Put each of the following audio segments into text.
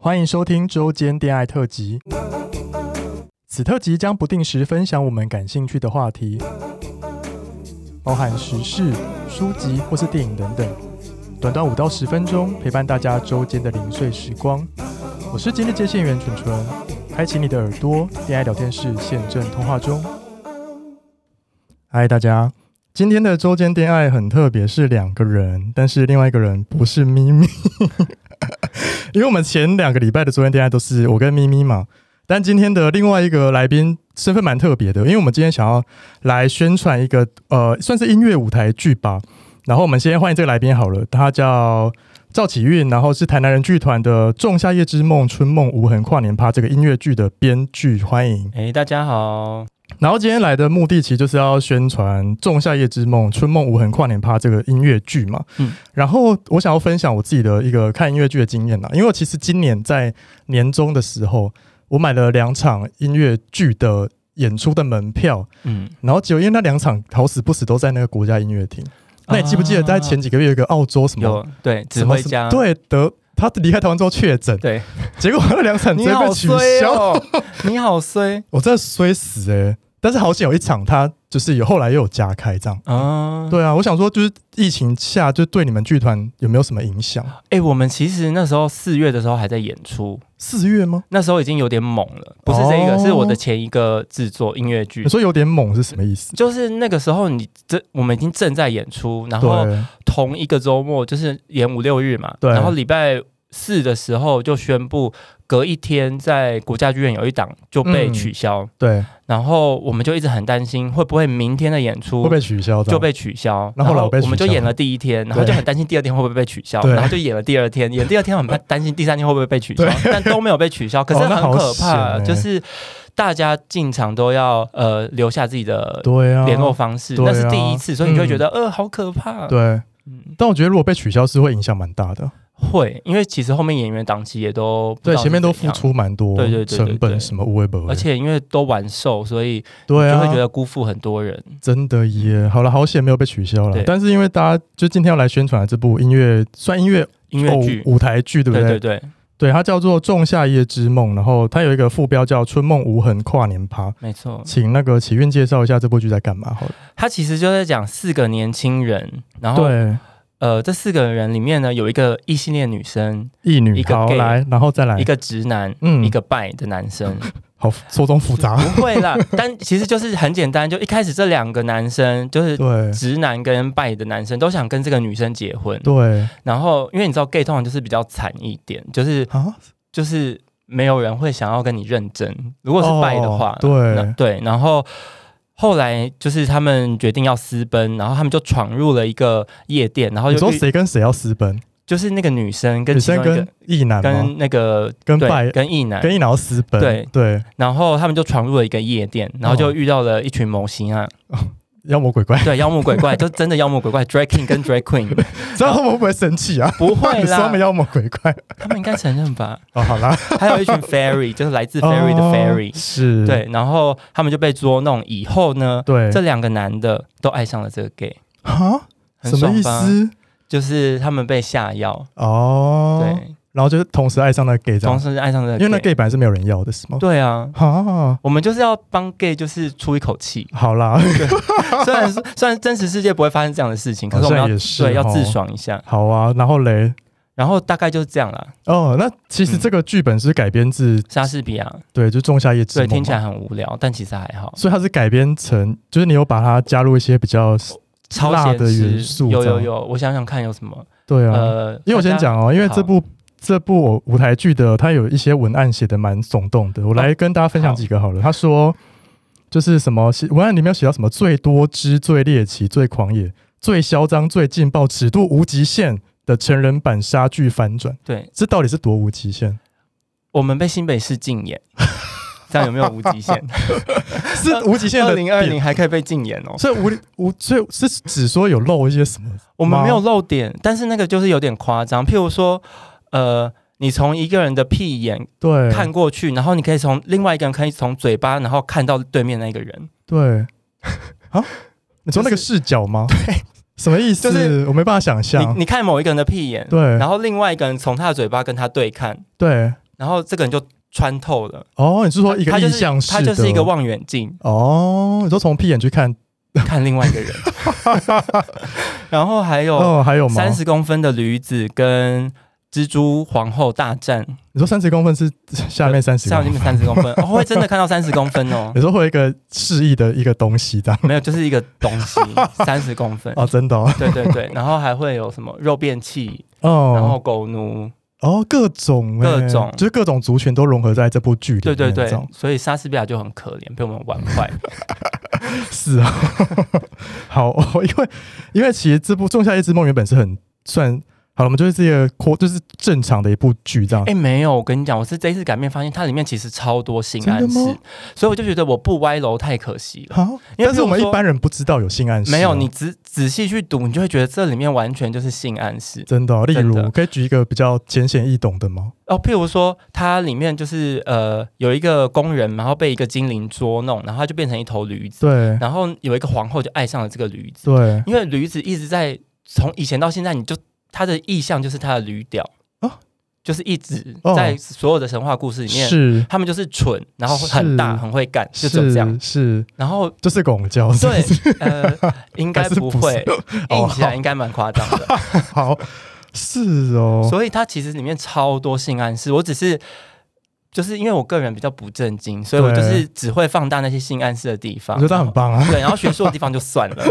欢迎收听周间恋爱特辑。此特辑将不定时分享我们感兴趣的话题，包含时事、书籍或是电影等等。短短五到十分钟，陪伴大家周间的零碎时光。我是今日接线员纯纯，开启你的耳朵，恋爱聊天室现正通话中。嗨，大家，今天的周间恋爱很特别，是两个人，但是另外一个人不是咪咪。因为我们前两个礼拜的昨天恋爱都是我跟咪咪嘛，但今天的另外一个来宾身份蛮特别的，因为我们今天想要来宣传一个呃，算是音乐舞台剧吧。然后我们先欢迎这个来宾好了，他叫赵启运，然后是台南人剧团的《仲夏夜之梦》《春梦无痕跨年趴》这个音乐剧的编剧，欢迎。哎、大家好，然后今天来的目的其实就是要宣传《仲夏夜之梦》《春梦无痕跨年趴》这个音乐剧嘛。嗯然后我想要分享我自己的一个看音乐剧的经验啊啦，因为我其实今年在年终的时候，我买了两场音乐剧的演出的门票，嗯，然后结果因为那两场好死不死都在那个国家音乐厅。那你记不记得在前几个月有一个澳洲什么啊有对指什么挥什么家？对得他离开台湾之后确诊，对，结果那两场直你接被好取衰消。哦，你好衰我真的衰死哎、但是好险有一场，他就是有后来又有加开这样。啊！对啊，我想说，就是疫情下，就对你们剧团有没有什么影响？哎、我们其实那时候四月的时候还在演出，四月吗？那时候已经有点猛了，不是这个，哦是我的前一个制作音乐剧你。说有点猛是什么意思？就是那个时候你，这我们已经正在演出，然后对，同一个周末就是演五六日嘛，对然后礼拜四的时候就宣布隔一天在国家剧院有一档就被嗯取消，对，然后我们就一直很担心会不会明天的演出会被取消的，就被取消，然后老被取消我们就演了第一天，然后就很担心第二天会不会被取消，对然后就演了第二天，演第二天很担心第三天会不会被取消对，但都没有被取消，可是哦那很好可险怕，欸就是大家进场都要呃留下自己的对啊，联络方式，对啊那是第一次，所以你就会觉得、呃好可怕，对。嗯，但我觉得如果被取消是会影响蛮大的，会，因为其实后面演员档期也都不知对，道是前面都怎付样。出蛮多对对对对成对本什么无微不微，而且因为都完售，所以对就啊，会觉得辜负很多人。真的耶。好了，好险没有被取消了对。但是因为大家就今天要来宣传的这部音乐，算音乐哦音乐剧，舞舞台剧，对不对对对？对，对，它叫做《仲夏夜之梦》，然后它有一个副标叫《春梦无痕跨年趴》。没错。请那个启运介绍一下这部剧在干嘛好了。他其实就在讲四个年轻人，然后对，呃，这四个人里面呢，有一个异性恋女生，一女一个好 gay，来，然后再来一个直男，哎嗯一个拜的男生。好错综 复 杂。不会 啦，但其实就是很简单，就一开始这两个男生就是。对直男跟拜的男生都想跟这个女生结婚，对然后因为你知道 gay 通常就是比较惨一点，就是啊，就是没有人会想要跟你认真，如果是拜的话，哦对那对，然后后来就是他们决定要私奔，然后他们就闯入了一个夜店，然后你就说遇谁跟谁要私奔？就是那个女生跟女其生中一个跟异男吗？跟那个跟对拜跟异男，跟异男要私奔？对对，然后他们就闯入了一个夜店，然后哦就遇到了一群魔型啊，妖魔鬼怪，对，妖魔鬼怪，就真的妖魔鬼怪，drag king 跟 drag queen，这样他们会不会生气啊？不 会你说他们啦，妖魔鬼 怪？他们应该承认吧？哦，好啦，还有一群 fairy，就是来自 fairy 的哦 fairy，、是，对，然后他们就被捉弄以后呢，对这两个男的都爱上了这个 gay，啊，很什么意爽吧？思？就是他们被下药，哦，对，然后就是同时爱上那个 gay，这同样，时爱上这个因 gay，为那 gay 本来是没有人要的，是吗？对啊，啊，，我们就是要帮 gay 就是出一口 气好啦，虽然说虽然真实世界不会发生这样的事情，可好是我们像要也是，哦对要自。爽一下，好啊，然后嘞，然后大概就是这样啦。哦，那其嗯实这个剧本是改编自、莎士比亚，对，就《仲夏夜之对，梦》，听起来，很无聊，但其实还好，所以它是改编成，就是你有把它加入一些比较超辣现的元实，素，有这有样，有，我想想看有什么，对啊，呃，因为我大先家，讲哦，因为这好部这部舞台剧的它有一些文案写的蛮耸动的，我来跟大家分享几个好了。他说就是什么文案里面有写到什么最多汁、最猎奇、最狂野、最嚣张、最劲爆、尺度无极限的成人版杀剧反转，对这到底是多无极 限？我们被新北市 禁演，这样有没有无极限？是无极限二的 零二零点。还可以被禁言哦。所以无无所以是只说有漏一些什么我们吗没有漏点，但是那个就是有点夸张。譬如说，呃，你从一个人的屁眼对看过去，然后你可以从另外一个人可以从嘴巴，然后看到对面那个人，对啊？你说那个视角 吗？对，什么意思？就是我没办法想你象。你看某一个人的屁眼，对然后另外一个人从他的嘴巴跟他对看，对，然后这个人就穿透了。哦，你是说一个他就意是向式他就是一个的望远 镜哦，你说从屁眼去看看另外一个 人，然后还有哦，还有吗？三十公分的驴子跟蜘蛛皇后大战，你说三十公分 是下面三十像公你分，们三十公分，哦，会真的看到三十公分哦你，说会有一个示意的一个东西 这样没有，就是一个东西三十公分，哦，真的哦，对对对，然后还会有什么肉便器， 然后哦狗奴，哦，各种欸各种就是各种族群都融合在这部剧里对面，对对这样，所以莎士比亚就很可怜，被我们玩坏。是啊， 好哦，因为因为其实这部《仲夏夜之梦》原本是很算好了，我们就是这个扩就是正常的一部剧这样哎、，没有，我跟你讲，我是这一次改变发现，它里面其实超多性真的暗示吗，所以我就觉得我不歪楼太可惜了。好，因为但是我们一譬如说般人不知道有性暗示哦，没有，你仔仔细去读，你就会觉得这里面完全就是性暗示真的哦，例真如的可以举一个比较浅显易懂的吗？哦。譬如说，它里面就是呃有一个工人，然后被一个精灵捉弄，然后他就变成一头驴子，对然后有一个皇后就爱上了这个驴子， 对因为驴子一直在从以前到现在，你就它的意象就是它的驴屌哦就是一直哦在所有的神话故事里面。是他们就是蠢，然后很大，是很会干，就只有是这样。是，然后就是拱交是不对是，呃， 应该还是不不会是，哦硬起来应该蛮夸张的。好是 哦，所以它其实里面超多性暗示，我只是。就是因为我个人比较不正经，所以我就是只会放大那些性暗示的地我方。觉得这样很棒啊，对，然后学术的地方就算 了。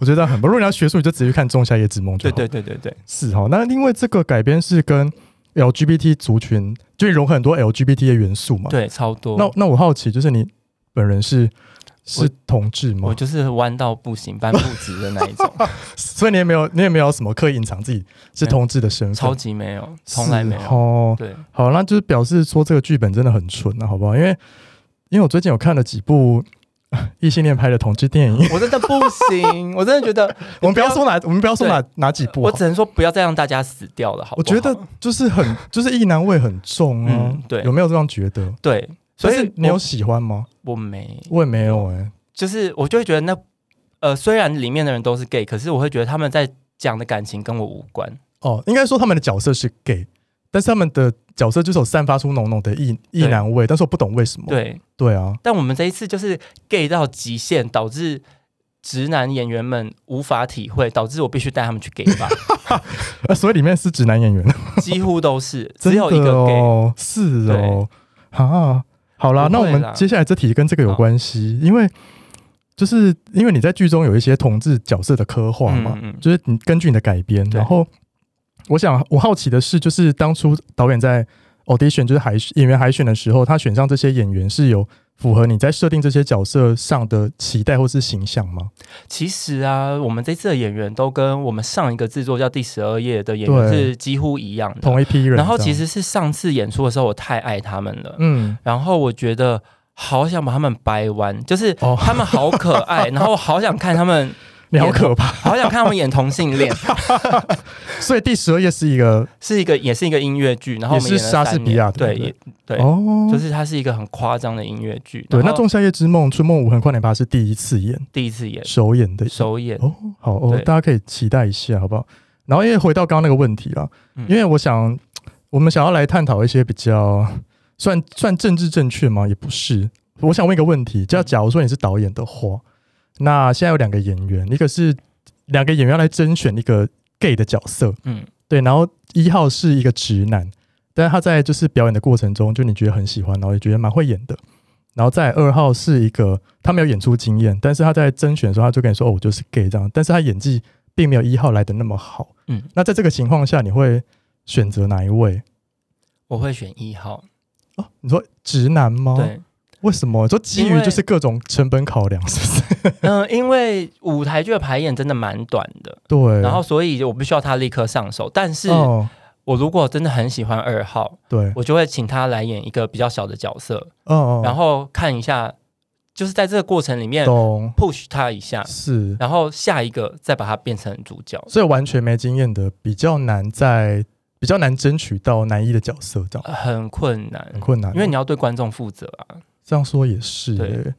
我觉得这样很棒。如果你要学术，你就直接去看《仲夏夜之梦》就对好。对对对对，是哈。那因为这个改编是跟 LGBT 族群，就融合很多 LGBT 的元素嘛。。对超多。那那我好奇，就是你本人是我是同志我吗？就是弯到不行、搬不直的那一种， 所以你也没有你也没有什么刻意隐藏自己是没有同志的身份，超级没有，从来没是有。哦。对，好，那就是表示说这个剧本真的很纯啊，好不好？因为因为我最近有看了几部 啊异性恋拍的同志电 影，我真的不行，我真的觉得我们不要说哪，我们不要说哪哪几部我好，只能说不要再让大家死掉了，好不我好？觉得就是 很就是意难味很重啊嗯，对有没有这样觉得？对，所所以以你有我喜欢吗？我没，我也没有哎、就是我就会觉得那呃，虽然里面的人都是 gay，可是我会觉得他们在讲的感情跟我无关。哦，应该说他们的角色是 gay，但是他们的角色就是有散发出浓浓的意意难味，但是我不懂为什么。对，对啊，但我们这一次就是 gay 到极限，导致直男演员们无法体会，导致我必须带他们去 gay 吧，呃所以里面是直男演员，几乎都是真只的有一个 gay。哦，是哦，啊，好啦，那不我会啦们接下来这题跟这个有关系，因为就是因为你在剧中有一些同志角色的刻画嘛，嗯嗯嗯就是你根据你的改编，对然后我想我好奇的是，就是当初导演在 audition 就是海演员海选的时候，他选上这些演员是有符合你在设定这些角色上的期待或是形象吗？其实啊，我们这次的演员都跟我们上一个制作叫《第十二夜》的演员对是几乎一样的。同一批人这样，然后其实是上次演出的时候，我太爱他们了。嗯，然后我觉得好想把他们掰弯，就是哦他们好可爱， 然后好想看他们，你好可怕，好想看他们演同性恋，所以第十二页是一个是一个也是一个音乐剧，然后我们也演是了莎士三年比亚的对对不对也对，哦，就是它是一个很夸张的音乐剧，对，那《种仲夏夜之梦》《春梦无痕》《快点吧》是第一次演第一次演首演的首演，哦，好哦对，大家可以期待一下，好不好？然后因为回到刚刚那个问题啦，嗯因为我想我们想要来探讨一些比较算算政治正确吗？也不是。我想问一个问题，嗯就假如说你是导演的话，那现在有两个演员，一个是两个演员要来甄选一个 gay 的角色，嗯，对，然后一号是一个直男，但是他在就是表演的过程中，就你觉得很喜欢，然后也觉得蛮会演的。然后再来二号是一个他没有演出经验，但是他在甄选的时候，他就跟你说：“哦，我就是 gay 这样。”但是他演技并没有一号来的那么好。嗯，那在这个情况下，你会选择哪一位？我会选一号，哦，你说直男吗？，对，为什么？就基因于为就是各种成本考量，是不是？ 嗯，因为舞台剧的排演真的蛮短的，对。然后所以我不需要他立刻上手，但是哦，我如果真的很喜欢二号，对，我就会请他来演一个比较小的角色，哦哦，然后看一下，就是在这个过程里面懂 push 他一下，是，然后下一个再把他变成主角。所以完全没经验的比较难在比较难争取到男一的角色，这样呃很困难哦很，困难。哦因为你要对观众负责啊。这样说也是、对欸，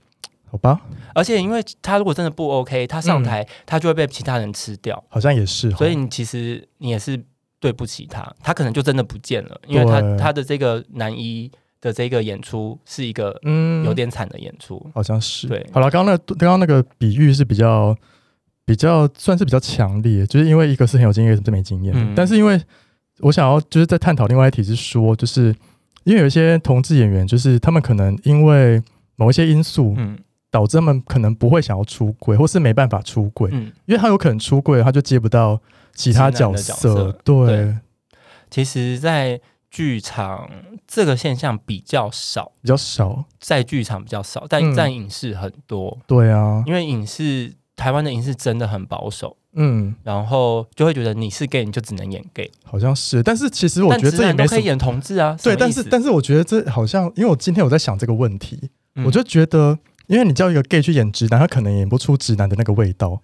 好吧，而且，因为他如果真的嗯不 OK，他上台、他就会被其他人吃掉，好像也是哦。所以你其实你也是对不起他，他可能就真的不见了，因为他对他的这个男一的这个演出是一个嗯有点惨的演出，好像是。对好了，刚刚那刚刚那个比喻是比较比较算是比较强烈，就是因为一个是很有经验，一个是没经验。嗯但是因为我想要就是在探讨另外一题是说，就是因为有一些同志演员，就是他们可能因为某一些因素嗯导致他们可能不会想要出轨，或是没办法出轨，嗯，因为他有可能出轨，他就接不到其他直角男的色。角色对，对其实，在剧场这个现象比较少，比较少。在剧场比较少，但嗯在影视很多，对啊，因为影视台湾的影视真的很保守，嗯，然后就会觉得你是 gay 你就只能演 gay，好像是。但是其实我但觉得直这也男都没可什以么。演同志啊，对，什么但意是思但是我觉得这好像，因为我今天我在想这个问题，嗯我就觉得，因为你叫一个 gay 去演直男，他可能演不出直男的那个味道，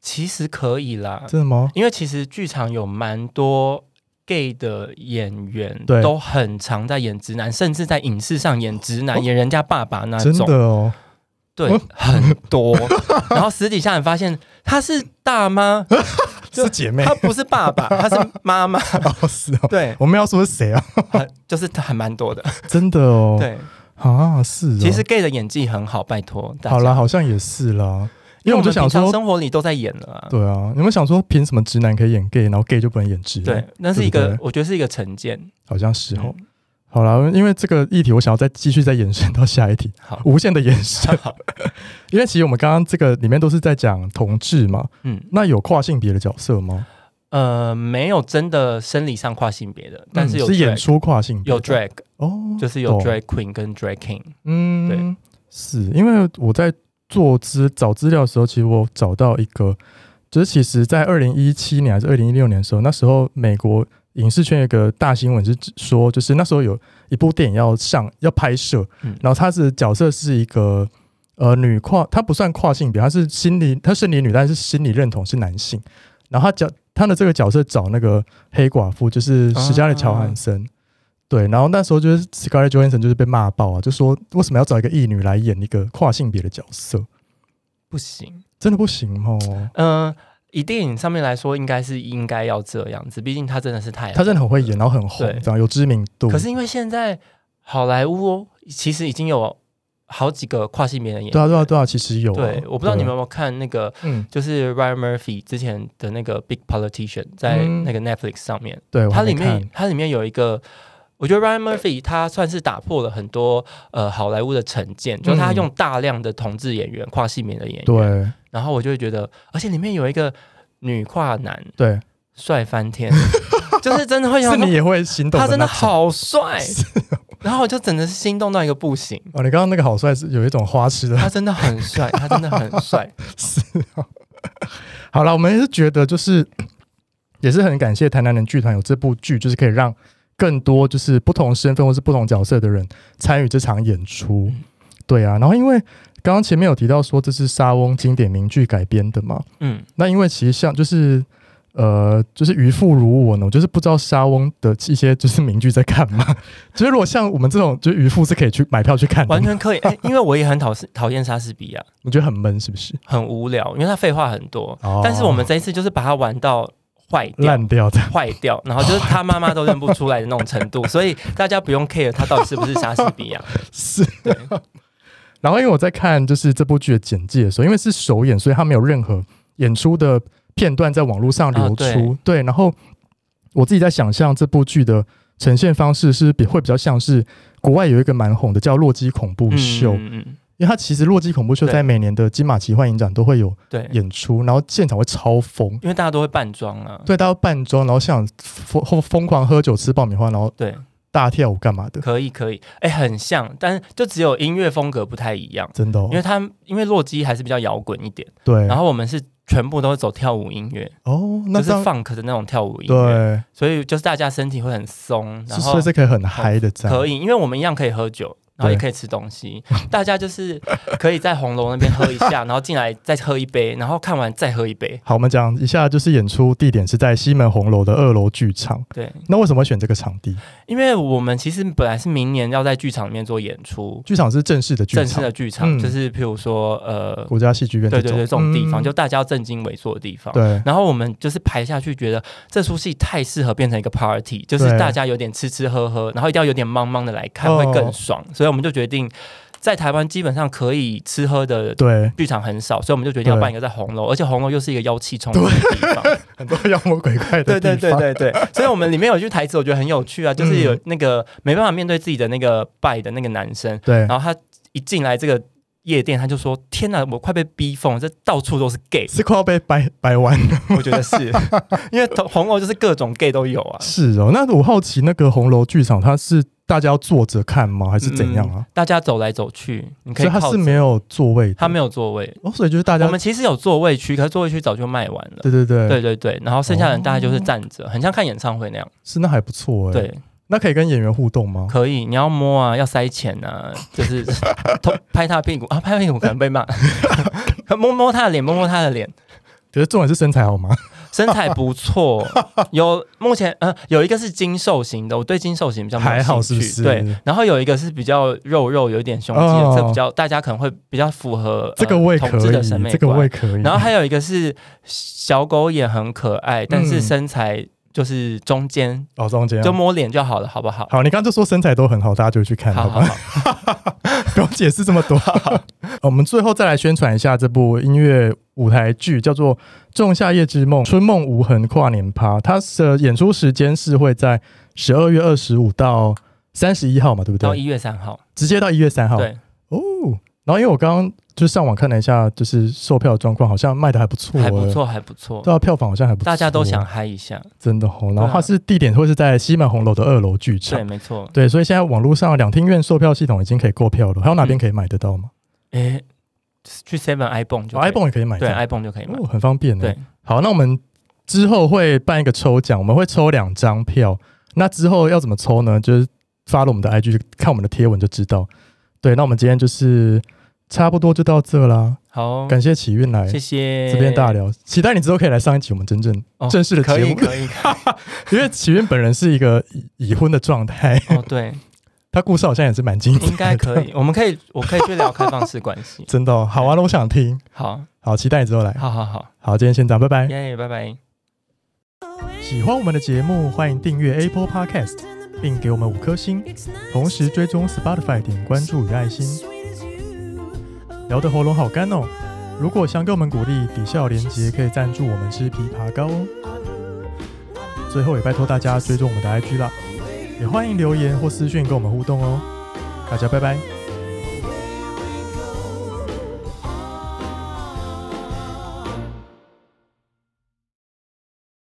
其实可以啦，真的吗？嗯因为其实剧场有蛮多 gay 的演员，对都很常在演直男，甚至在影视上演直男，哦演人家爸爸那真的种，哦，对哦，很多。 然后私底下你发现他是大妈，就是姐妹他不是爸 爸，他是妈妈，哦，是哦，对，我们要说是谁啊？很就是还蛮多的。真的哦，，对，啊，是哦，其实 gay 的演技很好，拜托大家。好啦，，好像也是啦，因为我们就想平常说，生活里都在演了啊。对啊，你们想说凭什么直男可以演 gay，然后 gay 就不能演直男？对，那是一个对，我觉得是一个成见。好像是哦。嗯好啦，因为这个议题，我想要再继续再延伸到下一题，好，。无限的延伸好， 因为其实我们刚刚这个里面都是在讲同志嘛，嗯。那有跨性别的角色吗？呃，没有真的生理上跨性别的，但是有嗯 drag,、是演出跨性别有的 drag，哦，就是有懂 drag queen 跟 drag king。嗯，对，是因为我在做资找资料的时候，其实我找到一个，就是其实在二零一七年还是二零一六年的时候，那时候美国影视圈有一个大新闻是指说，就是那时候有一部电影要上要拍摄，嗯然后她是角色是一个。呃，女跨她不算跨性别，她是心理，她生理女，但是心理认同是男性。然后她角她的这个角色找那个黑寡妇，就是啊史嘉丽·乔汉森，对，然后那时候就是 Scarlett Johansson 就是被骂爆啊，就说为什么要找一个异女来演一个跨性别的角色？不行，真的不行哦，嗯、以电影上面来说，应该是应该要这样子，毕竟他真的是太她真的很会演，然后很红哎呃对，这样有知名度。可是因为现在好莱坞、哦、其实已经有好几个跨性别的演员，对啊，对啊，对啊，其实有啊、对我不知道对你们有没有看那个，嗯，就是 Ryan Murphy 之前的那个 Big Politician 在嗯那个 Netflix 上面，对，我它还没里面看它里面有一个，我觉得 Ryan Murphy 他算是打破了很多呃好莱坞的成见，就是他嗯用大量的同志演员、跨性别的演员，对然后我就会觉得，而且里面有一个女跨男对，帅 翻天，就是真的会想是说你也会心动他那真的种好帅，然后我就真的是心动到一个不行，哦，你刚刚那个好帅是有一种花痴的他真的很帅，他真的很帅，是啊。 好了，我们也是觉得就是 也是很感谢台南人剧团有这部剧，就是可以让更多就是不同身份或是不同角色的人参与这场演出嗯。对啊，然后因为刚刚前面有提到说这是莎翁经典名剧改编的嘛，嗯那因为其实像就是。呃，就是渔父如我呢，我就是不知道莎翁的一些就是名剧在干嘛。 就是如果像我们这种，就是渔父是可以去买票去看的，完全可以，哎因为我也很讨讨厌莎士比亚，你觉得很闷是不是？很无聊，因为他废话很多，哦但是我们这一次就是把他玩到坏掉。烂掉的，坏掉，然后就是他妈妈都认不出来的那种程 度，所以大家不用 care 他到底是不是莎士比亚。是 对。然后因为我在看就是这部剧的简介的时候，因为是首演，所以它没有任何演出的片段在网络上流出。啊对，然后我自己在想象这部剧的呈现方式是比会比较像是国外有一个蛮红的叫《洛基恐怖秀》，嗯嗯嗯因为它其实《洛基恐怖秀》对在每年的金马奇幻影展都会有对，演出，然后现场会超疯。因为大家都会扮装啊，对，大家扮装，然后像疯疯疯狂喝酒、吃爆米花，然后对，大跳舞干嘛的，可以可以，哎，很像，但是就只有音乐风格不太一样，真的、哦因。为他因为洛基还是比较摇滚一点，对，然后我们是全部都是走跳舞音乐，哦，嗯那就这是样 funk 的那种跳舞音乐，对，所以就是大家身体会很松，然是后所以是可以很嗨的这样。可以，因为我们一样可以喝酒，然后也可以吃东西，大家就是可以在红楼那边喝一 下，然后进来再喝一杯，然后看完再喝一杯。好，我们讲一下，就是演出地点是在西门红楼的二楼剧场。对，那为什么会选这个场地？因为我们其实本来是明年要在剧场里面做演出，剧场是正式的剧正式场，的剧场，嗯就是譬如说呃，国家戏剧院对这种。对对，这种地嗯方、就大家要正襟危坐的地方。对然后我们就是排下去，觉得这出戏太适合变成一个 party，就是对大家有点吃吃喝喝，然后一定要有点茫茫的来看，哦会更爽。所以我们就决定，在台湾基本上可以吃喝的对，剧场很少，所以我们就决定要对办一个在红楼，而且红楼又是一个妖气充沛的地方。很多妖魔鬼怪的对地方。对对对对，所以我们里面有一句台词，我觉得很有趣啊，就是有那个没办法面对自己的那个拜的那个男生，对然后他一进来这个夜店，他就说：“天哪，我快被逼疯了，这到处都是 gay。”是快要被掰掰弯了。 我觉得是 因为同红楼就是各种 gay 都有啊，是哦，那我好奇那个红楼剧场，它是大家要坐着看吗？还是怎样啊？大家走来走去，你嗯可所以以它靠是着没有座位的，它没有座位，哦，所以就是大家我们其实有座位区，可是座位区早就卖完了。对对哦对，对对对，然后剩下的人大概就是站着，很像看演唱会那样。是那还不错哎、，对，那可以跟演员互动吗？可以，你要摸啊，要塞钱啊，就是 偷拍他屁股啊，拍屁股可能被骂，摸摸他的脸，摸摸他的脸，可是重点是身材好吗？身材 不错，有目前呃有一个是精瘦型的，我对精瘦型比较没有还好兴趣是不是对，然后有一个是比较肉肉，有一点胸肌的，哦这比较大家可能会比较符合、呃这个我也可同志的审以，美这个我也观。可以。然后还有一个是小狗也很可爱，但嗯是身材就是中间，哦，中间啊就摸脸就好了，好不好？好，你刚刚就说身材都很好，大家就去看，好好好吧？好， 不用解释这么多。我们最后再来宣传一下这部音乐舞台剧，叫做《仲夏夜之梦·春梦无痕跨年趴》。它的演出时间是会在十二月二十五到三十一号嘛，对不到对？一月三号，直接到一月三号。对，哦。然后因为我刚刚就上网看了一下，就是售票的状况，好像卖的还不错、还不。错，还不错。对啊，票房好像还不错，大家都想嗨一下，真的哦。然对后啊它是地点会是在西门红楼的二楼剧对，场，没错。对，所以现在网络上两厅院售票系统已经可以购票了，还有哪边嗯可以买得到吗？诶，去 Seven iPhone 就哦可以 iPhone 也可以买，对这样 iPhone 就可以买哦，，很方便呢。对，好，那我们之后会办一个抽奖，我们会抽两张票。那之后要怎么抽呢？就是发了我们的 IG，看我们的贴文就知道。对，那我们今天就是差不多就到这啦，好，感谢启运来哦谢谢哎这边大聊，期待你之后可以来上一集我们真正哦正式的可节以目，可以 可因为启运本人是一个已已婚的状态，以 哦，对，他故事好像也是蛮精彩的，，应该可以，我们可以我可以去聊开放式关 系真的哦、好啊，那我想听，好，好，期待你之后来。好好好，好，今天先这样，拜拜。耶，拜拜。喜欢我们的节目，欢迎订阅 Apple Podcast，并给我们五颗星，同时追踪 Spotify 点关注与爱心。聊得喉咙好干哦！如果想给我们鼓励，底下有连结可以赞助我们吃枇杷膏哦。最后也拜托大家追踪我们的 IG 哦啦，也欢迎留言或私讯跟我们互动哦。大家拜拜。